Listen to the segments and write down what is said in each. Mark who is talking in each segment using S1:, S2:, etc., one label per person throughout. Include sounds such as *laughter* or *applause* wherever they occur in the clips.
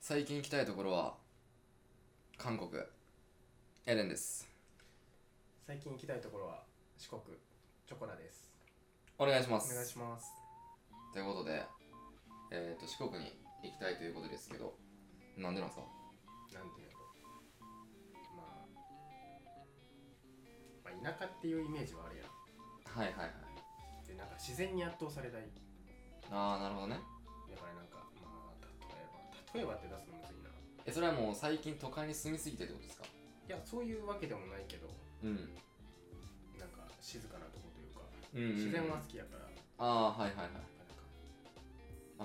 S1: 最近行きたいところは韓国エレンです
S2: 最近行きたいところは四国チョコラです
S1: お願いしま
S2: お
S1: す
S2: 願いします
S1: ということでえっ、と四国に行きたいということですけどなんでなんですか
S2: なんていうのまあ、まあ、田舎っていうイメージはあるやん
S1: はいはいはい
S2: でなんか自然に圧倒されたい
S1: ああなるほどね
S2: だからなんかまあ例えば例えばって出すのむずいな
S1: えそれはもう最近都会に住みすぎてってことですか
S2: いやそういうわけでもないけど
S1: うん
S2: なんか静かなとこというか
S1: うんうんうん
S2: 自然は好きやから、
S1: ああはいはいはい
S2: なんか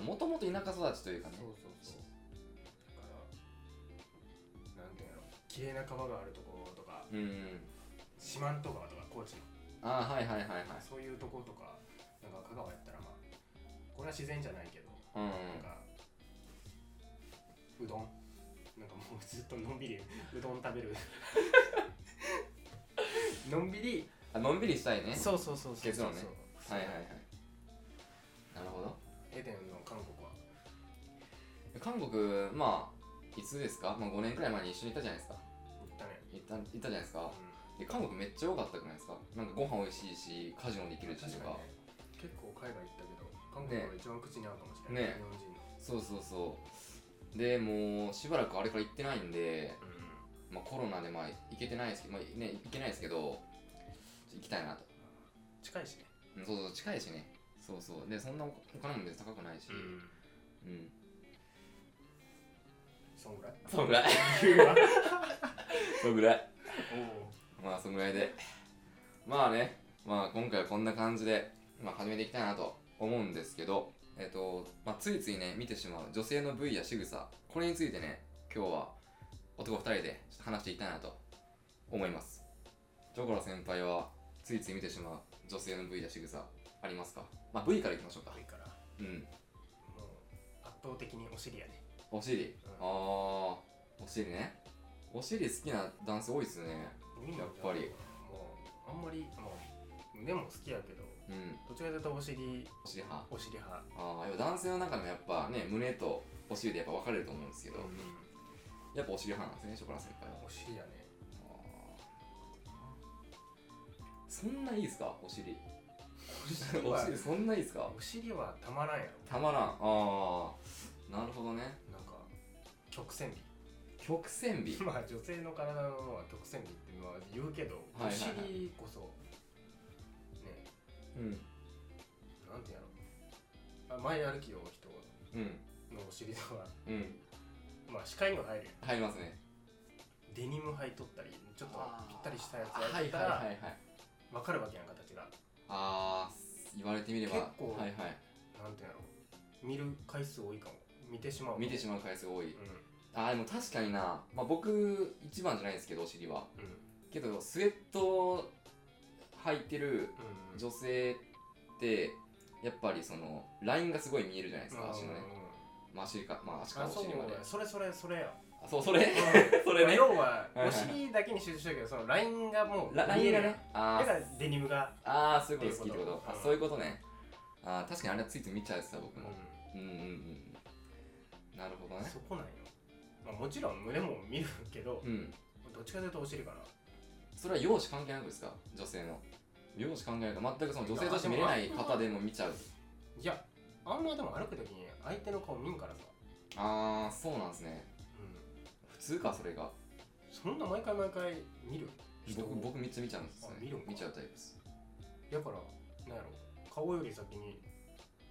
S1: まあもともと田舎育ちというかね
S2: そうそうそうだからなんていうんやろ綺麗な川があるところとか
S1: うんうん
S2: 四万十川とか高知の
S1: ああはいはいはいはい
S2: そういうとことか、なんか香川やったらまあ、これは自然じゃないけど、
S1: うんうん
S2: なんか、うどん、なんかもうずっとのんびりうどん食
S1: *laughs*
S2: べる。のんびり、
S1: あのんびりしたいね
S2: そうそうそうそう。
S1: 結論ね
S2: そう
S1: はいはいはいなるほど
S2: エデンの韓国は。
S1: 韓国まあいつですか、まあ、5年くらい前に一緒に行ったじゃないですか
S2: 行ったね。
S1: 行った行ったじゃないですか
S2: う
S1: で韓国めっちゃ良かったくないですかなんかご飯美味しいしカジノできるしと
S2: 確
S1: か
S2: かにね。結構海外行ったけど、韓国が一番口に合うかもしれない。
S1: ね
S2: 日
S1: そう
S2: 本人の。
S1: そうそうでもうしばらくあれから行ってないんで、まあ、コロナでまあ行けてないですけど、まあね、行けないですけどちょ行きたいなと、
S2: 近いしね。
S1: うんそうそう近いしねそうそうでそんなおお金も別に高くないしうん
S2: そんぐらい *laughs*
S1: そんぐらい *laughs*
S2: 言うわ
S1: そんぐらい
S2: おう
S1: まあそんぐらいでまあねまあ今回はこんな感じで、まあ、始めていきたいなと思うんですけどえっ、と、まあ、ついついね見てしまう女性の部位や仕草これについてね今日は男2人でちょっと話していきたいなと思いますジョコラ先輩はついつい見てしまう女性の部位や仕草ありますかまあ部位からいきましょうか
S2: いいから。
S1: うん
S2: もう圧倒的にお尻やね
S1: お尻
S2: うん
S1: あーお尻ねお尻好きな男性多いっすねやっぱり
S2: もうあんまりもう胸も好きやけど
S1: うん
S2: どっちかというとお尻
S1: お尻派
S2: お尻派
S1: ああやっぱ男性の中でもやっぱね胸とお尻でやっぱ分かれると思うんですけど、やっぱお尻派なんですねショコラ先輩は
S2: お尻やね
S1: そんないいですかお尻
S2: お尻
S1: お
S2: は
S1: 尻そんないいですか
S2: お尻はたまらんやろ
S1: たまらんああなるほどね
S2: なんか曲線
S1: 曲線美
S2: 美 *laughs* まあ女性の体のは曲線美ってまあ言うけど、
S1: はいはいはい
S2: お尻こそね
S1: うん
S2: なんてやろあ前歩きを人
S1: うん
S2: のお尻とは *laughs*
S1: うん
S2: まあ視界には入るやん
S1: 入りますね
S2: デニム履いとったりちょっとぴったりしたやつ
S1: あー
S2: や
S1: はい
S2: っ
S1: は
S2: た
S1: い
S2: ら、
S1: はいはい
S2: わかるわけやん形が
S1: ああ言われてみれば
S2: 結構
S1: はいはい
S2: なんていうんやろ見る回数多いかも見てしまう
S1: 見て
S2: ま
S1: しまう回数多い
S2: うん
S1: ああでも確かにな、まあ、僕一番じゃないですけどお尻は
S2: うん
S1: けどスウェット履いてる
S2: うん
S1: 女性ってやっぱりそのラインがすごい見えるじゃないですか足のね、まあ、足かまあ足
S2: あ
S1: からお
S2: そう
S1: 尻まで
S2: それそれそ
S1: *laughs*
S2: れよ
S1: あそうそれそれね
S2: 要は
S1: はいはい
S2: お尻だけに集中してるけどそのラインがもう
S1: ララインがね
S2: 見
S1: あ
S2: えるだからデニムが
S1: ーあーそういうこと好きってこ
S2: っていう
S1: と
S2: こと
S1: あ
S2: うん
S1: そういうことねあー確かにあれはついつい見ちゃうやつだ僕
S2: うん
S1: も、うん、うんうんうんなるほどね
S2: そこなんよまあもちろん胸も見るけど
S1: うん
S2: どっちかというとお尻かな
S1: それは容姿関係なくですか女性の容姿関係なく全くその女性として見れない方でも見ちゃう
S2: いやあんまでも歩く時に相手の顔見んからさ
S1: ああそうなんですね
S2: うん
S1: 普通かそれが
S2: そんな毎回毎回見る人
S1: 僕僕めっちゃ見ちゃうんですね
S2: あ見るんか
S1: 見ちゃうタイプです
S2: だからなんやろ顔より先に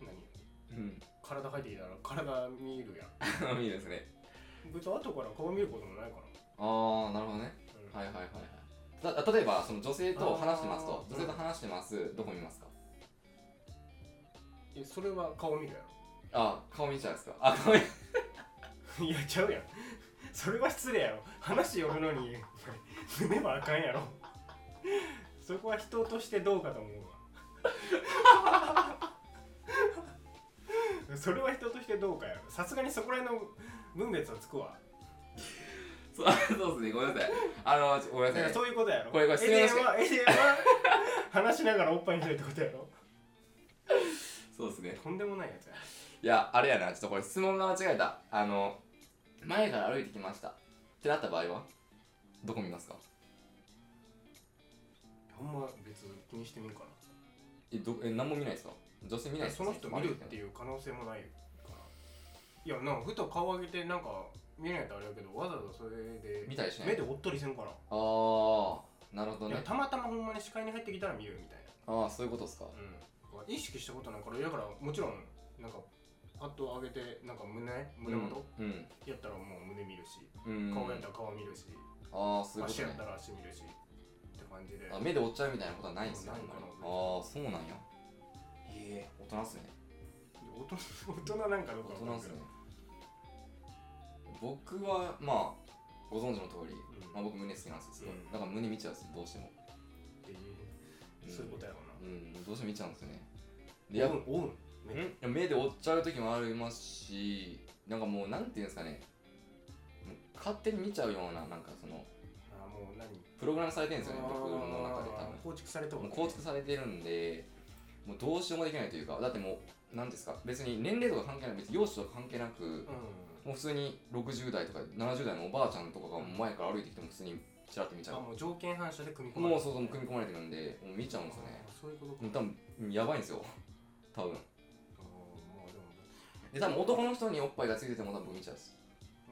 S2: 何
S1: *laughs* うん
S2: 体入ってきたら体見るやん
S1: 見るんですね
S2: 別に後から顔見ることもないから、
S1: ああなるほどね
S2: うん
S1: はいはいはいはいた例えばその女性と話してますと
S2: あー
S1: 女性と話してます、どこ見ますか
S2: えそれは顔見るや
S1: あー顔見ちゃうんですかあ顔見
S2: ろいやちゃうやんそれは失礼やろ話よるのに胸はあかんやろそこは人としてどうかと思うわ *laughs* それは人としてどうかやろさすがにそこら辺の分別はつくわ
S1: そう *laughs* そうですねごめんなさいあのちょごめん
S2: だ
S1: な
S2: か
S1: さい
S2: らそういうことやろ
S1: これこれ
S2: エ
S1: 失
S2: デ
S1: 礼
S2: ン
S1: しました
S2: はエデンは話しながらおっぱいにするってことやろ
S1: そうですね
S2: とんでもないやつや
S1: いやあれやなちょっとこれ質問が間違えたあの前から歩いてきましたってなった場合はどこ見ますか
S2: ほんま別に気にしてみるか
S1: えどえ何も見ないですか女性見ない
S2: な
S1: です
S2: その人見るって
S1: う
S2: いう可能性もないからいやなんかふと顔上げてなんか見ないとあれだけどわざわざそれで
S1: 見たりしない
S2: 目で追ったりせんから、
S1: あーなるほど
S2: いや
S1: ね
S2: たまたまほんまに視界に入ってきたら見るみたい
S1: ああそういうことですか
S2: な、うん、意識したことないからだからもちろんなんかパッと上げてなんか胸胸元、
S1: うん
S2: やったらもう胸見るし
S1: うん
S2: 顔やったら顔見るし、
S1: ああそういうこと
S2: 足やっ
S1: ね
S2: たら足見るしって感じで
S1: あ目で追っちゃうみたいなことはないんですよ
S2: な
S1: あ
S2: い
S1: ん
S2: か
S1: ま
S2: な
S1: りああそうなんやへえ大人っすね
S2: 大人大人なんかどうか
S1: 大
S2: わか
S1: 人
S2: んない
S1: っ
S2: け
S1: す
S2: ど
S1: ね僕はまあご存知の通り、
S2: うん
S1: まあ、僕胸好きなんですよすごい、
S2: うん
S1: だから胸見ちゃうんですよどうしても
S2: っていう
S1: うん
S2: そういうことやろ
S1: うんどうしても見ちゃうんですよねで
S2: うな
S1: や
S2: お
S1: っ
S2: うんおうん
S1: い
S2: ね
S1: や目で追っちゃう時もありますしなんかもうなんていうんですかねもう勝手に見ちゃうようななんかその
S2: あーもう何
S1: プログラムされてるんですよね僕の中で多
S2: あー構築された
S1: 分もう構築されてるんでもうどうしようもできないというかだってもう何ですか別に年齢とか関係なく別に容姿とか関係なく、
S2: うん
S1: もう普通に60代とか70代のおばあちゃんとかが前から歩いてきても普通にちらっと見ちゃ
S2: あもう条件反射で組み
S1: う
S2: 込ま
S1: も
S2: れ
S1: う
S2: て
S1: そうそうもう組み込まれてるんでもう見ちゃうんですよね
S2: あーそういうことか
S1: もう多分やばいんですよ多分
S2: あーもうでも
S1: で多分男の人におっぱいがついてても多分僕見ちゃうっす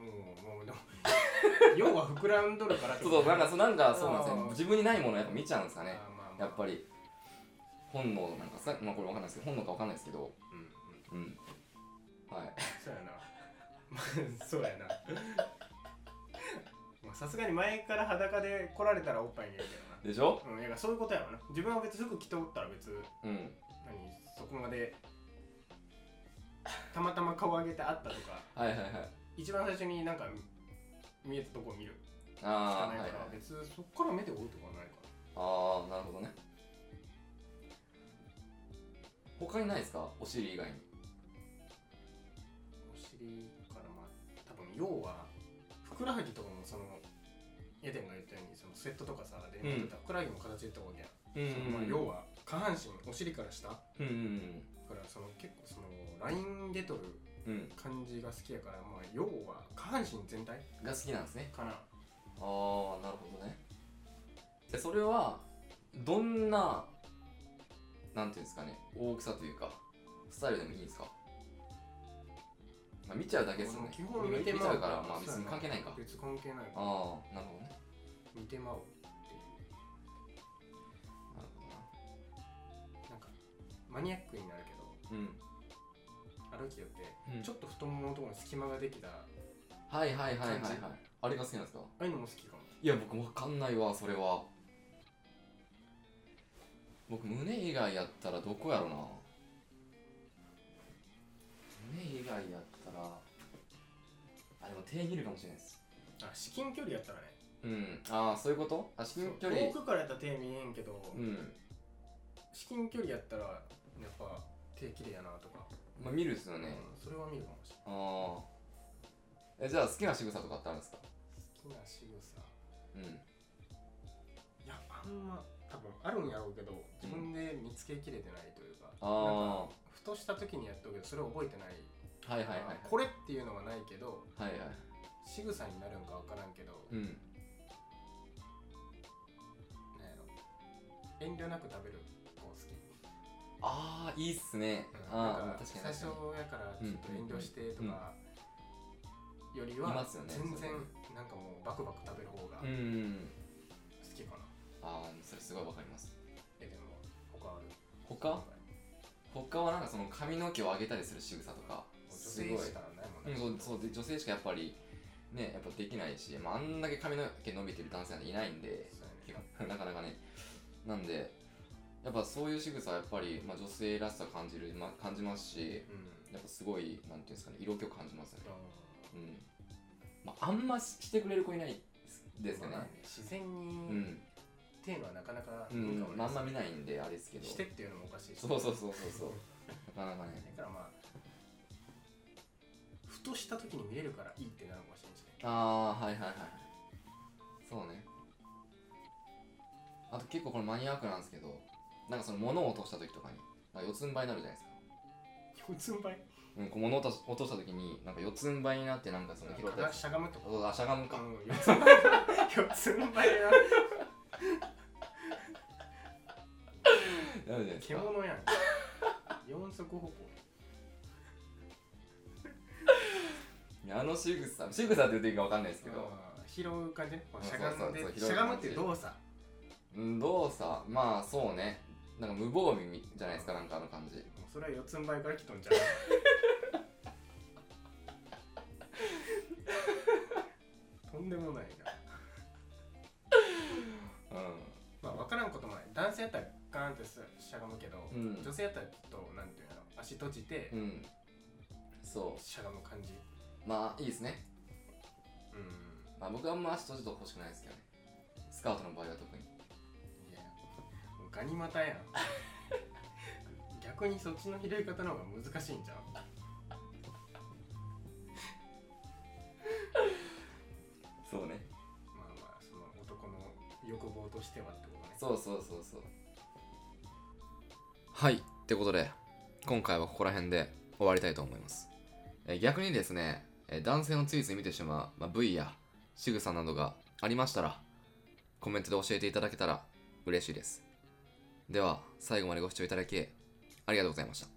S2: うんもうでも要は膨らんどるからって
S1: そう
S2: こと
S1: そうなんかそうなんかそうなんです
S2: あ
S1: ね
S2: ー
S1: 自分にないものをやっぱ見ちゃうんですか
S2: あー
S1: ね
S2: まあまあ
S1: やっぱり本能なんかさまあこれわかんないですけど本能かわかんないですけど
S2: うんうん
S1: うんはい
S2: そうやなまあそうやな *laughs* まあさすがに前から裸で来られたらおっぱいにやるけ
S1: でしょ
S2: どなうんいやそういうことやわな自分は別に服着ておったら別
S1: うん
S2: 何そこまでたまたま顔上げて会ったとか
S1: はいはいはい
S2: 一番最初になんか見えたとこを見るしか
S1: あ
S2: な
S1: あ
S2: い
S1: はい
S2: か
S1: はい
S2: ら、別にそこから目で追うとかはないから
S1: ああなるほどね他にないですかお尻以外に
S2: お尻からまあ多分要はふくらはぎとかもそのエデンが言ったようにそのセットとかさで
S1: うん
S2: ふくらはぎも形でったわけや、
S1: うん
S2: そのまあ要は下半身お尻から下だか
S1: うんうん
S2: らその結構そのライン出とる
S1: うん
S2: 感じが好きやからまあ要は下半身全体
S1: が好きなんですね
S2: かな
S1: ああなるほどねでそれはどんななんていうんですかね大きさというかスタイルでもいいんですか、まあ、見ちゃうだけですよね
S2: 基本見て
S1: 見
S2: ま
S1: ちゃ
S2: う
S1: うからまあ別に関係ないか
S2: 別に関係ない
S1: ああなるほどね
S2: 見てまうっていう
S1: なるほ
S2: なんかマニアックになるけど
S1: どな
S2: 歩きよって
S1: うん、うん、
S2: ちょっと太もものところに隙間ができたあ
S1: はいはいはいはいはい
S2: 感じ
S1: あれが好きなんですか
S2: あいうのも好きかも
S1: いや僕わかんないわそれは僕胸以外やったらどこやろな胸以外やったらあでも手切るかもしれないです
S2: あ至近距離やったらね
S1: うんああそういうことあ至近距離
S2: 遠くからやったら手見えんけど、
S1: うん、
S2: 至近距離やったらやっぱ手綺麗やなとか、
S1: まあ、見るですよ
S2: うん
S1: ね、
S2: それは見るかもしれ
S1: ああえじゃあ好きな仕草とかってあるんですか
S2: ない好きな仕草
S1: うん
S2: いやあんま多分あるんやろうけど自分で見つけきれてないというか,、
S1: ああは
S2: なんかふとした時にやっとくけどそれを覚えてない、
S1: いはいはいはい
S2: あこれっていうのはないけど
S1: はいはい
S2: 仕草になるんか分からんけど、
S1: うん
S2: なんやろ遠慮なく食べる子好き、
S1: ああいいっすね、
S2: な
S1: ああ
S2: んか
S1: 確かに確
S2: 最初
S1: かに
S2: やからちょっと遠慮してとかより
S1: いま
S2: は
S1: すよね
S2: 全
S1: そう
S2: 然
S1: いう
S2: なんかもうバクバク食べる方
S1: う
S2: が好
S1: ん
S2: きかな、
S1: ああそれすごいわかります
S2: えでも他ある
S1: 他他はなんかその髪の毛を上げたりする仕草とか
S2: 女
S1: すご
S2: 性
S1: い
S2: しかないもん
S1: う
S2: ね、
S1: んそうそうで女性しかやっぱりねやっぱできないし、まあ、あんだけ髪の毛伸びてる男性なんていないん
S2: *laughs*
S1: で
S2: そうやね
S1: なかなかねなんでやっぱそういう仕草はやっぱり、まあ、女性らしさ感じる、まあ、感じますし
S2: うん
S1: やっぱすごいなんていうんですかね色気を感じますよね
S2: あ
S1: うん、まあ、あんましてくれる子いないですよね
S2: まあね自然
S1: う
S2: に
S1: ん、
S2: っていうのはなかなか
S1: う
S2: いい
S1: ん
S2: かもね
S1: まああんま見ないんであれですけど
S2: してっていうのもおかしいし
S1: そうそうそうそうそうなかなかね
S2: だからまあふとした時に見れるからいいってなるかもしれないしね
S1: ああはいはいはいそうねあと結構これマニアックなんですけどなんかその物を落とした時とかになんか四つん這いになるじゃないですか
S2: 四つん這い
S1: うん、こう物を落とし落とした時になんか四つん這いになってなんかその拾ったや
S2: か
S1: つ
S2: しゃがむとか
S1: そうそうあしゃがむか、
S2: うん
S1: *laughs*
S2: 四つん這い四つん這いな
S1: なるじゃないですか
S2: 獣やん四足歩行
S1: いやあの仕草仕草って言っていいかわかんないですけど、
S2: あー拾う感じねこう
S1: そう
S2: し
S1: そう
S2: ゃ
S1: そう
S2: がんで
S1: そう拾う
S2: しゃがむって動作
S1: うん、動作まあそうねなんか無防備みじゃないですかなんかあの感じ
S2: もうそれは四つん這いから来
S1: *laughs*
S2: とんじゃんとんでもないな
S1: う
S2: まあ分からんこともない男性やったらガーンってしゃがむけど、
S1: うん
S2: 女性やったらちょっとなんていうの足閉じて
S1: んうんそ
S2: しゃがむ感じ
S1: うまあいいですね、
S2: うん
S1: まあ、僕はあんま足閉じてほしくないですけどねスカートの場合は特に
S2: いやもうガニ股やん逆にそっちの拾い方の方が難しいんじゃん
S1: そうね
S2: まあまあその男の欲望としてはってことね
S1: そうそうそうそうはいってことで今回はここら辺で終わりたいと思いますえー逆にですねえー男性のついつい見てしまう、まあ、部位や仕草などがありましたらコメントで教えていただけたら嬉しいですでは最後までご視聴いただきありがとうございました